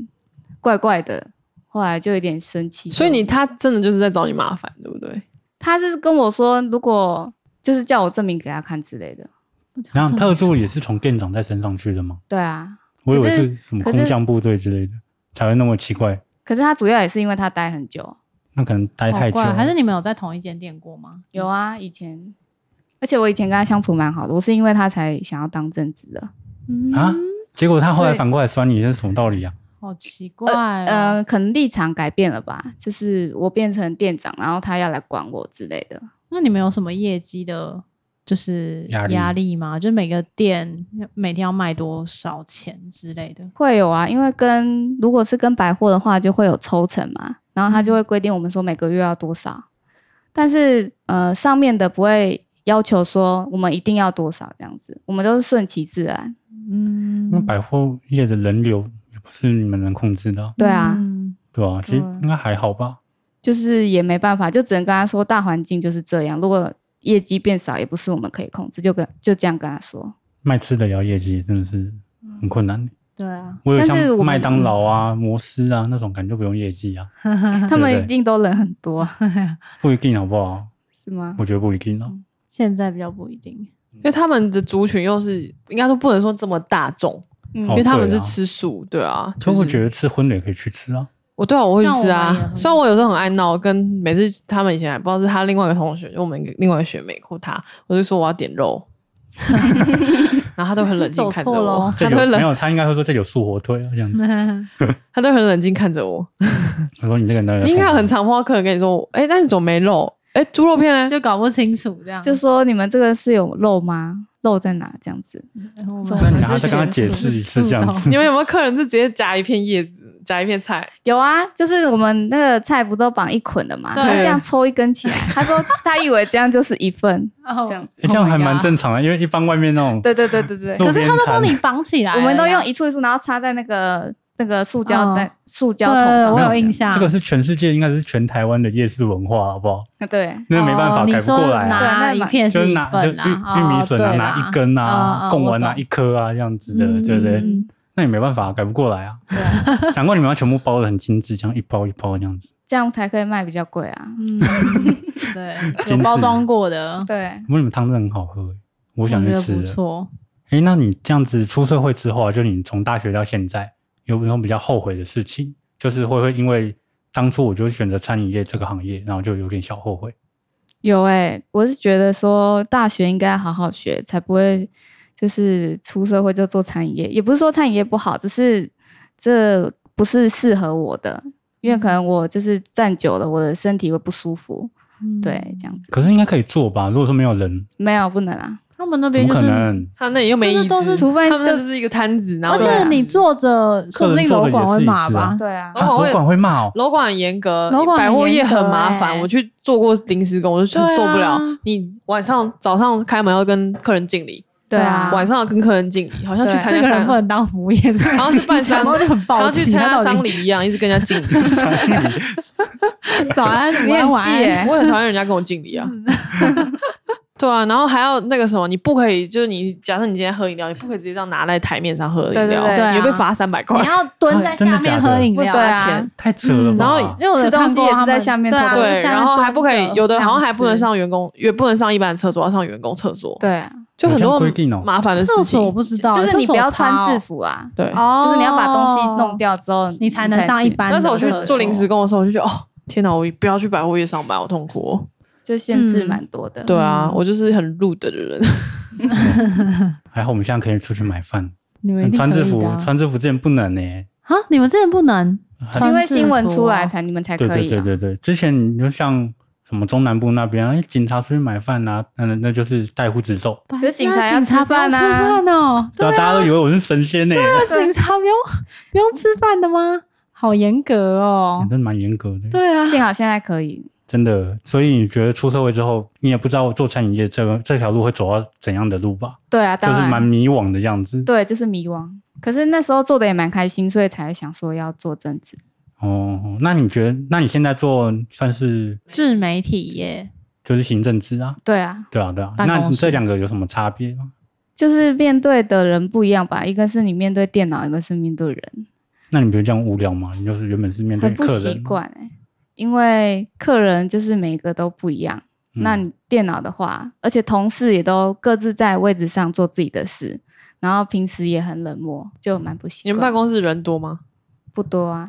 S3: 怪怪的，后来就有点生气。
S1: 所以你他真的就是在找你麻烦，对不对？
S2: 嗯
S3: 他是跟我说，如果就是叫我证明给他看之类的。
S2: 然后特助也是从店长再升上去的吗？
S3: 对啊，
S2: 我以为
S3: 可是
S2: 是什么
S3: 可是
S2: 空降部队之类的才会那么奇怪。
S3: 可是他主要也是因为他待很久。
S2: 那可能待
S4: 好
S2: 太久
S4: 怪，
S3: 啊
S2: 了，
S4: 还是你们有在同一间店过吗？
S3: 有啊，以前，而且我以前跟他相处蛮好的，我是因为他才想要当正职的。
S4: 嗯
S2: 啊结果他后
S3: 所
S2: 来
S3: 以
S2: 反过来酸你，这是什么道理啊？
S4: 好奇怪哦，
S3: 呃，可能立场改变了吧，就是我变成店长，然后他要来管我之类的。
S4: 那你们有什么业绩的，就是
S2: 压力
S4: 压力吗？就是每个店每天要卖多少钱之类的？
S3: 会有啊，因为跟如果是跟百货的话，就会有抽成嘛，然后他就会规定我们说每个月要多少，但是呃，上面的不会要求说我们一定要多少这样子，我们都是顺其自然。
S2: 因
S4: 嗯
S2: 为百货业的人流也不是你们能控制的啊、
S3: 对啊，
S4: 嗯
S2: 对吧、其实
S4: 对啊
S2: 应该还好吧。
S3: 就是也没办法，就只能跟他说大环境就是这样，如果业绩变少也不是我们可以控制，就跟就这样跟他 说。
S2: 卖吃的也要业绩，真的是很困难。
S4: 对啊，
S2: 我有
S3: 但是我
S2: 像
S3: 们
S2: 麦当劳啊、摩斯啊那种，感觉不用业绩啊，
S3: 他们
S2: 对
S3: 一定都人很 多，
S2: 不一定好不好？
S3: 是吗
S4: 哦
S2: 我？觉得不一定啊。
S4: 现在比较不一定。
S1: 因为他们的族群又是应该说不能说这么大众，
S3: 嗯
S2: 哦
S1: 因为他们
S2: 对
S1: 是
S2: 啊
S1: 吃素，对啊，
S2: 所以我觉
S1: 得
S2: 得吃荤的也可以去吃啊。
S1: 我对啊，我会
S4: 像我
S1: 吃
S4: 妈也
S1: 啊
S4: 很，
S1: 虽然我有时候很爱闹，跟每次他们以前还不知道是他另外一个同学，就我们另外一个学妹或他，我就说我要点肉， 然后他都很冷静
S4: 走
S1: 看 着
S4: 错
S1: 我
S4: 咯，
S2: 这
S1: 他都会
S2: 有没
S1: 冷，
S2: 有？他应该会说这有素火腿啊，这样
S4: 嗯
S2: 子。
S1: 他都很冷静看着我。
S2: 我说你这个人，
S1: 你应该很常碰到客人跟你说，哎、那你怎么没肉？哎、猪肉片呢？
S4: 就搞不清楚这样。
S3: 就说你们这个是有肉吗？肉在哪？这样子，
S4: 然后我
S3: 那
S4: 们
S2: 那
S3: 你
S2: 你
S3: 还
S2: 还
S3: 是
S2: 是跟他
S3: 全
S2: 解
S3: 素
S2: 释一次这样子
S1: 你。们有没有客人是直接夹一片叶子，夹一片菜？
S3: 有啊，就是我们那个菜不都绑一捆的嘛，
S4: 对
S3: 他这样抽一根起来，他说他以为这样就是一份，
S4: 哦
S3: 这样。
S2: 哎诶这样还
S4: 啊
S2: 蛮正常的，啊因为一般外面那种
S3: 对对对 对对，
S2: 路
S4: ，Oh 可
S2: 边
S4: 是他都帮
S2: 摊
S4: 你绑起来了
S3: 我
S4: 呀，
S3: 们都用一束一束，然后插在那个那个塑胶袋、
S4: 哦
S3: 塑胶桶
S4: 对
S3: 上
S4: 我
S3: 面。
S4: 有印象，
S2: 这个是全世界应该是全台湾的夜市文化，好不好？
S3: 对，
S2: 那没办法，改
S4: 哦你
S2: 不
S4: 说
S2: 过来啊。
S4: 拿一片
S2: 就是是
S4: 一
S2: 拿就玉
S4: 份啊，
S2: 玉米笋啊，
S4: 哦
S2: 拿一，根啊，
S4: 嗯嗯
S2: 贡丸
S4: 我懂
S2: 拿一颗啊，这样子的，
S4: 嗯
S2: 对不对？
S3: 嗯
S2: 那也没办法，改不过来 啊。
S4: 对啦对啊
S2: 难怪你们要全部包的很精致，这样一包一包这样子。
S3: 这样才可以卖比较贵啊。
S4: 嗯，对，
S2: 精
S4: 有包
S2: 致
S4: 装过的，
S3: 对，
S2: 不过你们汤真的很好喝，我
S4: 嗯我
S2: 想
S4: 觉
S2: 去
S4: 得
S2: 吃
S4: 不
S2: 了。
S4: 错。
S2: 哎，那你这样子出社会之后啊，就你从大学到现在，有没有比较后悔的事情？就是会不会因为当初我就选择餐饮业这个行业，然后就有点小后悔？
S4: 嗯
S3: 有诶、我是觉得说大学应该好好学，才不会就是出社会就做餐饮业。也不是说餐饮业不好，只是这不是适合我的，因为可能我就是站久了，我的身体会不舒服。
S4: 嗯
S3: 对，这样子
S2: 可是应该可以做吧？如果说没有人，
S3: 没有不能啊。
S4: 他们那
S2: 怎
S4: 边
S2: 么
S4: 就
S2: 可
S4: 是，
S2: 能？
S1: 他那里又没椅
S4: 就
S1: 子，
S4: 是都是
S3: 除非
S1: 他们那
S3: 就
S1: 就是一个摊子，然后
S4: 而
S1: 对
S4: 且
S1: 啊
S4: 你坐着，说不定楼管会骂吧？
S3: 对啊，
S1: 老板会
S4: 嗯
S2: 啊管会骂哦。
S1: 楼管很严格，
S4: 楼管很
S1: 百货业
S4: 严格
S1: 很麻烦。
S4: 欸
S1: 我去做过临时工，我就很受不了。
S4: 对啊
S1: 你晚上早上开门要跟客人敬礼，
S3: 对啊，
S1: 晚上要跟客人敬礼，好像去
S3: 对
S1: 参
S4: 这
S1: 加
S4: 个
S1: 三
S4: 人不能当服务业，然
S1: 好像是办丧
S4: 就很
S1: 然
S4: 暴
S1: 后去
S4: 气，
S1: 参
S4: 他
S1: 加
S4: 到底
S1: 丧礼一样，一直跟人家敬礼。
S4: 早安、午
S3: 你很
S4: 安、晚
S3: 气
S4: 安，
S3: 耶
S1: 哎我也很讨厌人家跟我敬礼啊。
S3: 嗯
S1: 对啊，然后还要那个什么，你不可以，就是你假设你今天喝饮料，你不可以直接这样拿在台面上喝饮料，
S3: 对对对
S4: 对啊
S1: 你会被罚三百块
S4: 你。要蹲
S2: 哎
S4: 在下面喝饮料，
S3: 对
S1: 钱
S3: 啊，
S2: 太扯了
S4: 嗯
S2: 吧！
S1: 然后
S4: 因为我有看过他们
S3: 吃东西也是在下面
S4: 对啊，
S3: 偷
S1: 对，
S4: 下面
S1: 然后还不可以
S4: 蹲，着
S1: 有的好像还不能
S4: 这样
S1: 上员工，也不能上一般的厕所，要上员工厕所。，
S3: 对啊，
S1: 就很
S2: 有这样
S1: 多
S2: 规定哦
S1: 麻烦的
S4: 吃。
S1: 事
S4: 厕所我
S1: 情。
S4: 不知道，
S3: 就是你
S4: 厕所
S3: 不要穿
S4: 超
S3: 制，服啊，
S1: 对，
S4: 哦，
S3: 就是你要把东西弄，掉之后，
S4: 你才能上一
S3: 去。
S4: 班的
S1: 那
S4: 厕
S1: 时候
S4: 所。
S1: 我去做临时工的时候，我就觉得哦，天哪，我不要去百货业上班，好痛苦哦。
S3: 就限制
S4: 嗯
S3: 蛮多的。
S1: 对啊，我就是很 rude 的人。
S2: 还好我们现在可以出去买饭，
S4: 你
S3: 嗯
S4: 们一定
S2: 穿制服
S4: 可以的，啊
S2: 穿制服之前不能呢、
S4: 啊！你们之前不能，
S3: 是因为新闻出
S4: 穿制服啊
S3: 来才你们才
S2: 对
S3: 可
S2: 对
S3: 以
S2: 对
S3: 啊。
S2: 对对，之前你就像什么中南部那边，哎，警察出去买饭啊，那那就是带护子咒，
S4: 哦，
S3: 可是警察要
S4: 警察
S3: 吃
S4: 不用
S3: 饭
S4: 吃
S3: 啊
S4: 饭哦，
S2: 对啊，大家都以为我是神仙呢、 欸，
S4: 那 警察不用不用吃饭的吗？好严格哦
S2: 真，的蛮严格的，
S4: 对啊，
S3: 幸好现在可以，
S2: 真的。所以你觉得出社会之后，你也不知道做餐饮业这个这条路会走到怎样的路吧？
S3: 对啊，
S2: 就
S3: 当
S2: 是蛮
S3: 然，
S2: 迷惘的样子。
S3: 对，就是迷惘。可是那时候做的也蛮开心，所以才会想说要做正职。
S2: 哦，那你觉得，那你现在做算是
S4: 自媒体耶，
S2: 就是行政职啊？
S3: 对啊，
S2: 对啊，对啊。
S4: 办
S2: 那
S4: 公
S2: 你
S4: 室
S2: 这两个有什么差别吗？
S3: 就是面对的人不一样吧，一个是你面对电脑，一个是面对人，
S2: 那你觉得这样无聊吗？你就是原本是面对
S3: 很不
S2: 客
S3: 习
S2: 人，
S3: 惯哎。因为客人就是每个都不一样，
S2: 嗯
S3: 那你电脑的话，而且同事也都各自在位置上做自己的事，然后平时也很冷漠，就蛮不习
S1: 你
S3: 惯。
S1: 们办公室人多吗？
S3: 不多啊？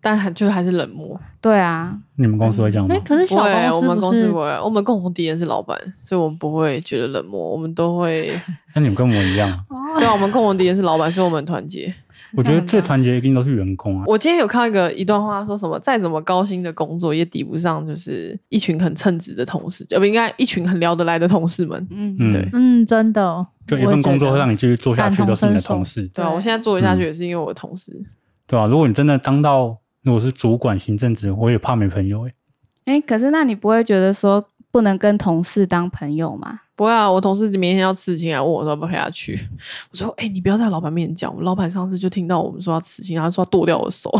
S1: 但还就是还是冷漠。
S3: 对啊，
S2: 你们公司会这样吗
S4: 哎，？可是
S1: 不
S4: 小
S1: 会，我们
S4: 公
S1: 公
S4: 司
S1: 司
S4: 不
S1: 不
S4: 是
S1: 会，我们共同敌人是老板，所以我们不会觉得冷漠，我们都会。
S2: 那你们跟我一样啊，
S4: 哦
S1: 对啊，我们共同敌人是老板，所以我们很团结。
S2: 我觉得最团结一定都是员工啊。
S1: 我今天有看到一个一段话，说什么再怎么高薪的工作，也抵不上就是一群很称职的同事，呃，不应该一群很聊得来的同事们。
S3: 嗯，
S2: 嗯，
S1: 对
S4: 嗯，真的，
S2: 就一
S4: 我也
S2: 份
S4: 觉
S2: 工作
S4: 得
S2: 会让你继续做下去，
S4: 感同
S2: 都是你的
S4: 身受
S2: 同事，
S1: 对啊，
S3: 对
S1: 我现在做得下去
S2: 嗯
S1: 也是因为我的同事。
S2: 对吧、如果你真的当到如果是主管、行政职，我也怕没朋 友哎、
S3: 哎、可是那你不会觉得说不能跟同事当朋友吗？
S1: 不会啊，我同事明天要刺青，还啊问我说要不要陪他去。我说，哎、你不要在老板面前讲，我老板上次就听到我们说要刺青，然后说要剁掉我的手，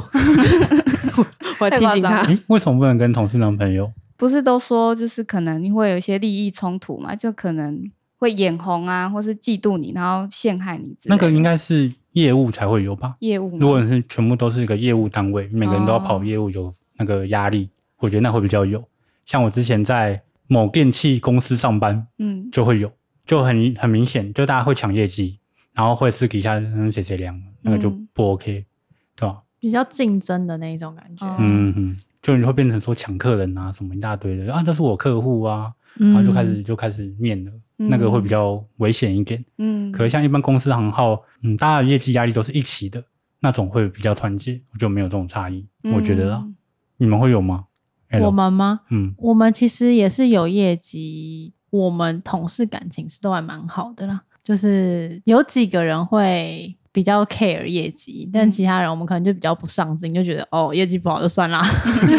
S1: 我还提醒
S3: 太夸张
S1: 他
S3: 了。
S2: 诶为什么不能跟同事当朋友？
S3: 不是都说就是可能会有一些利益冲突嘛，就可能会眼红啊，或是嫉妒你，然后陷害你之类
S2: 那
S3: 的。
S2: 个应该是业务才会有吧？
S3: 业
S4: 嗯
S3: 务吗
S2: 如果是全部都是一个业务单位，每个人都要跑业务，有那个压力，我觉得那会比较有。像我之前在某电器公司上班
S3: 嗯，
S2: 就会有，就很很明显，就大家会抢业绩，然后会私底下嗯谁谁凉，那个就
S3: 嗯
S2: 不 OK，、对吧？
S4: 比较竞争的那一种感觉，
S3: 哦
S2: 嗯哼，就你会变成说抢客人啊，什么一大堆的啊，这是我客户啊，
S4: 嗯
S2: 然后就开始就开始念了，那个会比较危险一点。
S3: 嗯，
S2: 可是像一般公司行号，嗯，大家的业绩压力都是一起的，那种会比较团结，就没有这种差异，我觉得啦。
S3: 嗯
S2: 你们会有吗？
S4: 我
S2: L，
S4: 们吗？
S2: 嗯
S4: 我们其实也是有业绩，我们同事感情是都还蛮好的啦。就是有几个人会比较 care 业绩，但其他人我们可能就比较不上进，就觉得哦业绩不好就算 啦，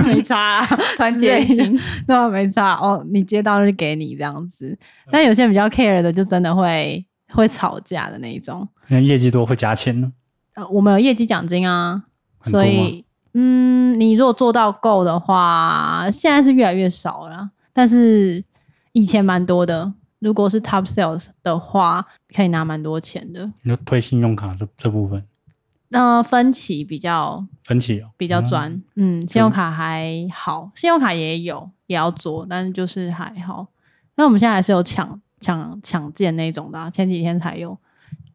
S4: 没差啦，
S3: 团结
S4: 之类的
S3: 心，
S4: 对啊，没差哦，你接到就给你这样子。
S2: 嗯
S4: 但有些比较 care 的，就真的会会吵架的那一种。
S2: 那业绩多会加钱呢？
S4: 呃，我们有业绩奖金啊，
S2: 很多
S4: 所
S2: 吗
S4: 以嗯，你如果做到够的话，现在是越来越少了啦，但是以前蛮多的。如果是 top sales 的话，可以拿蛮多钱的。
S2: 你就推信用卡这这部分
S4: 那、分期比较
S2: 分歧哦，
S4: 比较
S2: 嗯
S4: 专，嗯，信用卡还好，信用卡也有也要做，但是就是还好。那我们现在还是有抢抢抢件那种的啊、前几天才有，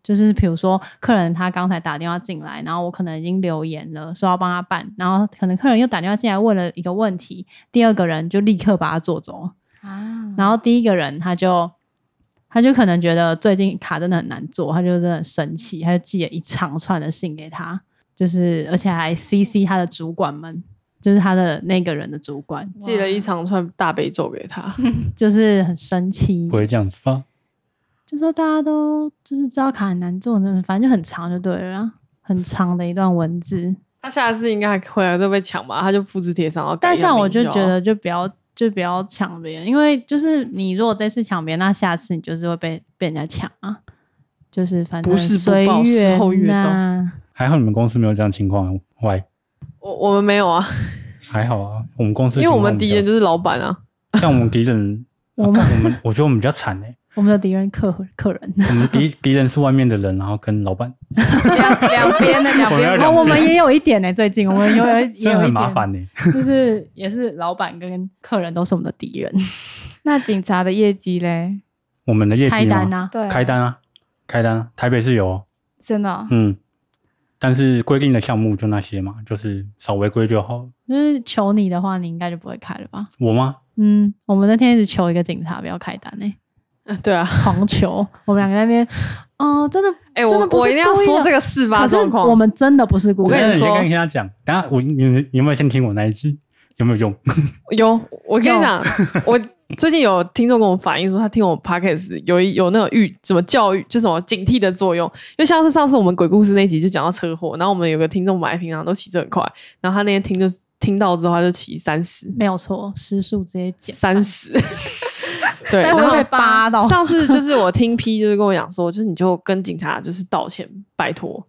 S4: 就是比如说客人他刚才打电话进来，然后我可能已经留言了，说要帮他办，然后可能客人又打电话进来问了一个问题，第二个人就立刻把他做走，
S3: 啊，
S4: 然后第一个人他就他就可能觉得最近卡真的很难做，他就真的很生气，他就寄了一长串的信给他，就是而且还 CC 他的主管们，就是他的那个人的主管，
S1: 寄了一长串大悲咒给他，
S4: 就是很生气
S2: 不，会这样子吧？
S4: 就说大家都就是知道卡很难做，真的反正就很长就对了啦，很长的一段文字。
S1: 他下次应该还回来就被抢吧？他就复制贴上，然后改
S4: 但
S1: 一下
S4: 像我
S1: 名哦
S4: 就
S1: 字
S4: 觉
S1: 好
S4: 得就不要就不要抢别人，因为就是你如果这次抢别人，那下次你就是会被被人家抢啊。就是反正
S1: 不是不
S4: 随
S1: 报时候
S4: 缘
S1: 越
S4: 呐、
S2: 还好你们公司没有这样情况，喂，
S1: 我我们没有啊，
S2: 还好啊，我们公司
S1: 因为我
S2: 情况
S1: 们
S2: 比
S1: 敌
S2: 较
S1: 人就是老板啊，
S2: 像我们敌 人，
S4: 我
S2: 我
S4: 们
S2: 们我们我觉得我们比较惨哎、
S4: 我们的敌人客 客人，
S2: 我们 敌敌人是外面的人，然后跟老板，
S3: 两两边的两
S2: 我们要
S3: 边
S4: 然
S2: 两边
S4: 后我们也有一点呢、最近我们 有有也有一
S2: 这
S4: 点
S2: 样很麻，烦呢、欸
S4: 就是也是老板跟客人都是我们的敌人，
S3: 那警察的业绩嘞？
S2: 我们的业绩吗
S4: 开单啊，
S3: 对啊，
S2: 开单啊，开单啊，台北是有哦，
S3: 真的哦
S2: 嗯，但是规定的项目就那些嘛，就是少违规就好。
S4: 就是求你的话，你应该就不会开了吧？
S2: 我吗？
S4: 嗯，我们那天一直求一个警察不要开单呢、
S1: 对啊，
S4: 狂求，我们两个在那边，哦、真的，
S1: 哎、
S4: 真
S1: 我
S4: 的不是
S1: 我一定要
S4: 故意的
S1: 说这个事发
S4: 可是
S1: 状况，
S4: 我们真的不是故
S1: 我
S4: 意
S1: 跟
S4: 的，
S1: 你
S2: 等一下
S1: 说
S2: 你先跟他讲，等下我你你有没有先听我那一句？有没有用？
S1: 有，我跟你讲， 我最近有听众跟我反映说，他听我 podcast 有一有那种预什么教育，就什么警惕的作用。因为像是上次我们鬼故事那集就讲到车祸，然后我们有个听众买平常都骑车很快，然后他那天听就听到之后他就骑三十，
S4: 没有错，时速直接减
S1: 三 十，对，
S3: 30
S1: 然后
S3: 会被
S4: 扒到
S1: 上次就是我听 P 就是跟我讲说，就是你就跟警察就是道歉，拜托。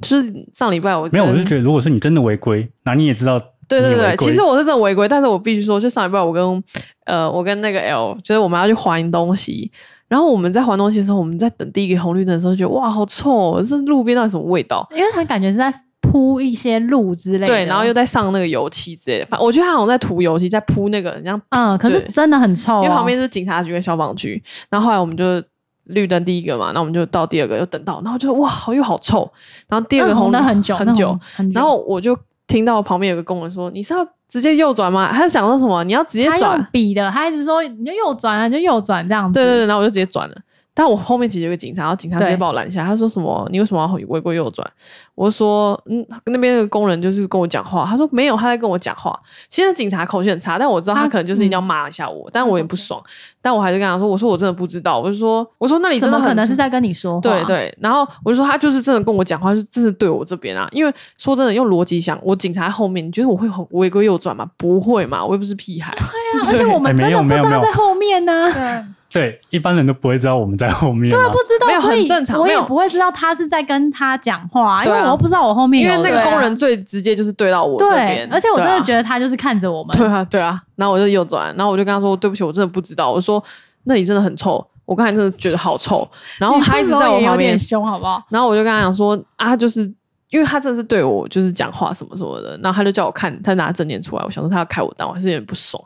S1: 就是上礼拜我
S2: 没有，我
S1: 跟
S2: 是觉得如果是你真的违规，那你也知道
S1: 对对
S2: 你
S1: 对，
S2: 违规
S1: 其实我是真的违规，但是我必须说，就上礼拜我跟呃，我跟那个 L，就是我们要去还东西，然后我们在还东西的时候，我们在等第一个红绿灯的时候，觉得哇，好臭、哦，这路边到底什么味道？
S4: 因为他感觉是在铺一些路之类的，
S1: 对，然后又在上那个油漆之类的，反我觉得他好像在涂油漆，在铺那个，很像
S4: 嗯，可是
S1: 对
S4: 真的很臭、哦，
S1: 因为旁边就是警察局跟消防局。然后后来我们就绿灯第一个嘛，那我们就到第二个，又等到，然后就哇，好又好臭。然后第二
S4: 嗯那
S1: 个
S4: 红灯很久
S1: 很久，，
S4: 那红
S1: 然后我就听到旁边有个工人说：“你是要直接右转吗？”他是讲说什么？你要直接
S4: 他
S1: 转
S4: 用？笔的，他一直说你就右转啊，你就右转这样子。
S1: 对对对，然后我就直接转了。但我后面其实有个警察，然后警察直接
S4: 嗯对
S1: 把我拦下，他说什么你为什么要违规右转？我就说嗯，那边的工人就是跟我讲话，他说没有，他在跟我讲话。其实警察口气很差，但我知道他
S4: 他
S1: 可能就是一定要骂一下
S4: 嗯
S1: 我，但我也不爽，但我还是跟他说，我说我真的不知道，我就说我说那你
S4: 怎
S1: 真的
S4: 么
S1: 很
S4: 可能是在跟你说话？
S1: 对，对，然后我就说他就是真的跟我讲话，就是真的对我这边啊。因为说真的，用逻辑想，我警察在后面，你觉得我会很违规右转吗？不会嘛，我又不是屁孩。
S4: 对啊，而且我
S2: 哎
S4: 们真
S2: 没
S4: 的
S2: 有
S4: 不知
S2: 没
S4: 道
S2: 有没
S4: 在
S2: 有
S4: 后面
S2: 嗯
S4: 呢、
S3: 对，
S2: 对一般人都不会知道我们在后面、啊。对
S4: 不知
S1: 没有
S4: 道，所以
S1: 很正常
S4: 我
S1: 没
S4: 也
S1: 有
S4: 不会知道他是在跟他讲话、因
S1: 对啊
S4: 为我又不知道我后面
S1: 因
S4: 有
S1: 为那
S4: 人
S1: 个工人最直接就是对到我这
S4: 啊对
S1: 边，，啊
S4: 而且我真的觉
S1: 得
S4: 得他就是看着我们，
S1: 对啊对啊，然后我就右转，然后我就跟他说对不起，我真的不知道，我说那里真的很臭，我刚才真的觉得好臭，然后
S4: 你
S1: 他一直
S4: 看着
S1: 在我
S4: 也有
S1: 旁边
S4: 点，凶，好不好？
S1: 然后我就跟他讲说啊，就是因为他真的是对我就是讲话什么什么的，然后他就叫我看，他拿证件出来，我想说他要开我单，我还是有点不爽，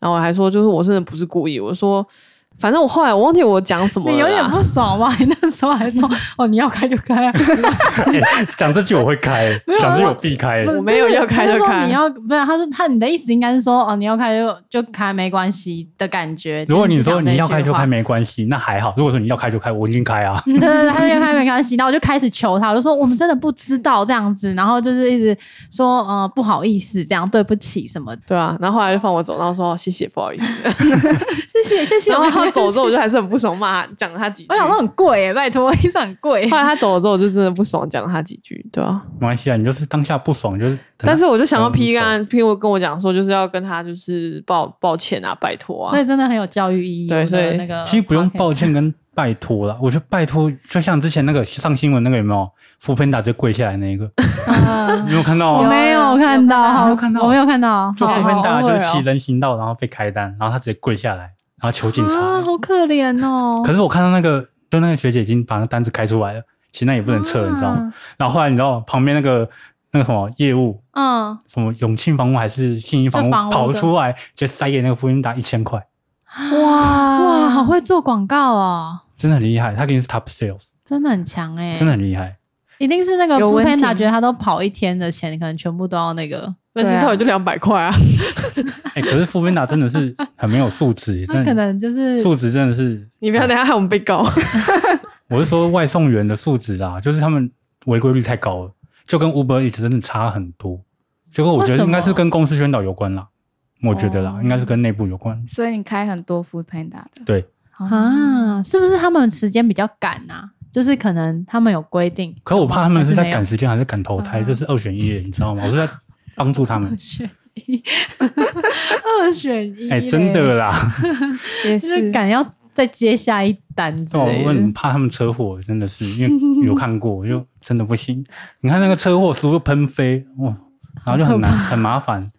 S1: 然后我还说就是我真的不是故意，我说反正我后来我忘记我讲什么
S4: 你
S1: 了
S4: 有
S1: 啦，
S4: 点不爽吧？ 你那时候还 说哦，你要开就开、啊，
S2: 哎讲这句我会 开，
S4: 有啊
S2: 讲这句
S4: 我
S2: 我避开
S4: 不。是
S1: 我没有
S4: 就是
S1: 要开就
S4: 他说
S1: 开
S4: 你要不是？他说他你的意思应该是说哦，你要开就就开，没关系的感觉。
S2: 如果你说
S4: 就是
S2: 你
S4: 讲
S2: 要
S4: 这
S2: 开
S4: 句
S2: 就
S4: 话
S2: 开，没关系，那还好。如果说你要开就开，我已经开啊。
S4: 嗯 对对对，他就开没关系，然后我就开始求他，我就说我们真的不知道这样子，然后就是一直说呃不好意思，这样对不起什么的，
S1: 对啊，然后后来就放我走，然后说谢谢，不好意思。
S4: 谢谢谢谢。
S1: 然后他走之后，我就还是很不爽，骂他讲了他几句。
S4: 我想说很贵耶，拜托，一直很 贵
S1: 后。来他走了之后，我就真的不爽，讲了他几句，对啊。
S2: 没关系啊，你就是当下不爽就是。
S1: 但是我就想要批
S2: 嗯
S1: 干，批我跟我讲说，就是要跟他就是抱抱歉啊，拜托啊。
S4: 所以真的很有教育意义。
S1: 对
S4: 我的
S1: 所以
S4: 那个
S2: 其实不用抱
S4: podcast，
S2: 歉跟拜托了，我觉得拜托就像之前那个上新闻那个有没有？扶贫打就跪下来那一 个，
S4: 嗯
S2: 你有看到
S3: 哦
S4: 我
S2: 吗？
S4: 没有看到，
S2: 没有看到
S4: 我没有看到，
S2: 就
S4: 好
S2: 扶贫打就是骑
S4: 好
S2: 人行道，然后被开单，然后他直接跪下来，然后求警察。
S4: 啊，好可怜哦。
S2: 可是我看到那个，就那个学姐已经把那单子开出来了，其实那也不能撤，你知道吗？然后后来你知道旁边那个那个什么业务，
S4: 啊？
S2: 什么永庆房屋还是信义房屋
S4: 就房屋的
S2: 跑出来，就塞给那个福音达一千块，
S4: 嗯，哇
S3: 啊
S4: 哇，好会做广告哦，
S2: 真的很厉害。他给你是 top sales，
S4: 真的很强哎，
S2: 真的很厉害。
S4: 一定是那个
S3: 有
S4: 福
S3: 温
S4: 天
S3: 情
S4: 达觉得他都跑一天的钱，可能全部都要那个，
S1: 人行道也就两百块啊，
S2: 哎、可是福音达真的是很没有素质，
S4: 他
S2: 真
S4: 可
S2: 的
S4: 能就是
S2: 素质真的是。
S1: 你不要等一下害我们被 告。
S2: 我是说外送员的素质啊，就是他们违规率太高了，就跟 Uber Eats 真的差很多。结果我觉
S4: 为
S2: 得
S4: 什
S2: 应该是
S4: 么
S2: 跟公司宣导有关啦，我觉得啦，
S4: 哦
S2: 应该是跟内部有关。
S3: 所以你开很多 Food Panda 的
S2: 对，
S4: 啊，是不是他们时间比较赶啊？就是可能他们有规定，
S2: 可我怕他们是在
S4: 还
S2: 赶
S4: 没
S2: 时间还是赶投胎，
S4: 嗯
S2: 这是二选一耶，你知道吗？我是在帮助他
S4: 有
S2: 们
S4: 二。选一， 二选一，
S2: 哎、真的，啦，
S3: 也
S4: 就是是赶要再接下一单之
S2: 哦我
S4: 类
S2: 问
S4: 的。
S2: 怕他们车祸，真的是因为有看过，就真的不行。你看那个车祸，是不是喷飞？哇，然后就很难很麻烦。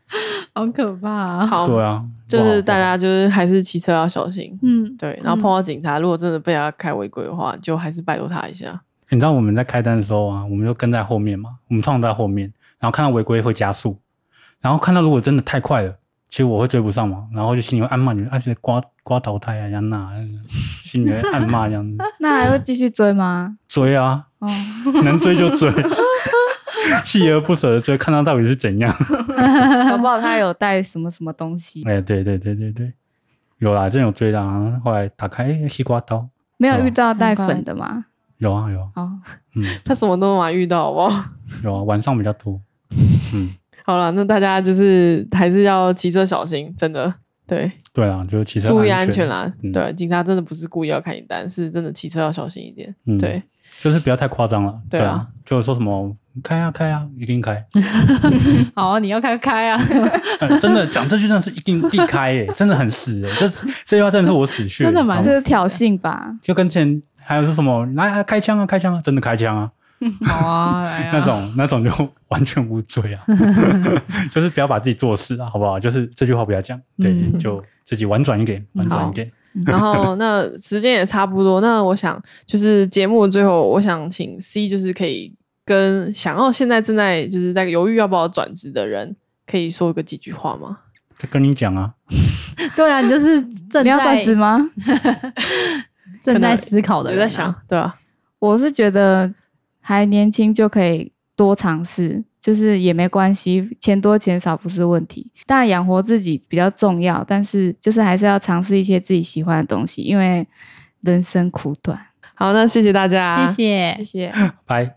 S4: 好可怕啊！
S1: 好，
S2: 对啊，
S1: 哦就是
S2: 不好
S1: 大家就是还是骑车要小心。
S4: 嗯，
S1: 对，然后碰到警察，如果真的被他开违规的话，就还是拜托他一下。
S2: 你知道我们在开单的时候啊，我们就跟在后面嘛，我们通常都在后面，然后看到违规会加速，然后看到如果真的太快了，其实我会追不上嘛，然后就心里会暗骂你，而且刮刮倒胎啊，这样那，心里会暗骂这样子，
S3: 那还会继续追 吗？
S2: 追啊，
S3: 哦，
S2: 能追就追， 锲而不舍的追，看他到底是怎样。
S3: 搞不好他有带什么什么东西，
S2: 哎，对对对对对，有啦，真有追的啊，后来打开，哎，西瓜刀，
S3: 没有遇到带粉的吗？
S2: 有啊有啊，
S3: 哦，
S2: 嗯
S1: 他什么都蛮遇到，好不好？
S2: 有啊，晚上比较多，嗯。
S1: 好了，那大家就是还是要骑车小心，真的。对，
S2: 对啦，就是骑车
S1: 注意安全啦。
S2: 嗯
S1: 对，警察真的不是故意要开你单，是真的骑车要小心一点。
S2: 嗯
S1: 对，
S2: 就是不要太夸张了。
S1: 对啊，
S2: 就是说什么开啊开啊，一定开，
S4: 好啊，你要开开啊！
S2: 呃真的讲这句真的是一定必开耶、真的很死耶、这这句话真的是我死穴，
S4: 真的蛮
S2: 你知
S3: 这
S2: 道
S3: 是
S2: 吗
S3: 挑衅吧？
S2: 就跟之前还有说什么来啊开枪啊开枪啊，真的开枪啊，
S4: 好啊，来
S2: 那种那种就完全无罪啊， 就是不要把自己作死啊，好不好？就是这句话不要讲，对，
S4: 嗯
S2: 就自己婉转一点，婉转一点。
S1: 然后那时间也差不多，那我想就是节目的最后，我想请 C 就是可以跟想要现在正在就是在犹豫要不要转职的人，可以说个几句话吗？
S2: 再跟你讲啊，
S4: 对啊，你就是正
S3: 你要转
S4: 在
S3: 职吗？
S4: 正在思考的
S1: 有
S4: 人啊
S1: 在想，对吧、
S3: 我是觉得还年轻就可以多尝试，就是也没关系，钱多钱少不是问题。当然养活自己比较重要，但是就是还是要尝试一些自己喜欢的东西，因为人生苦短。
S1: 好，那谢谢大家，
S4: 谢谢
S3: 谢谢。
S2: 拜。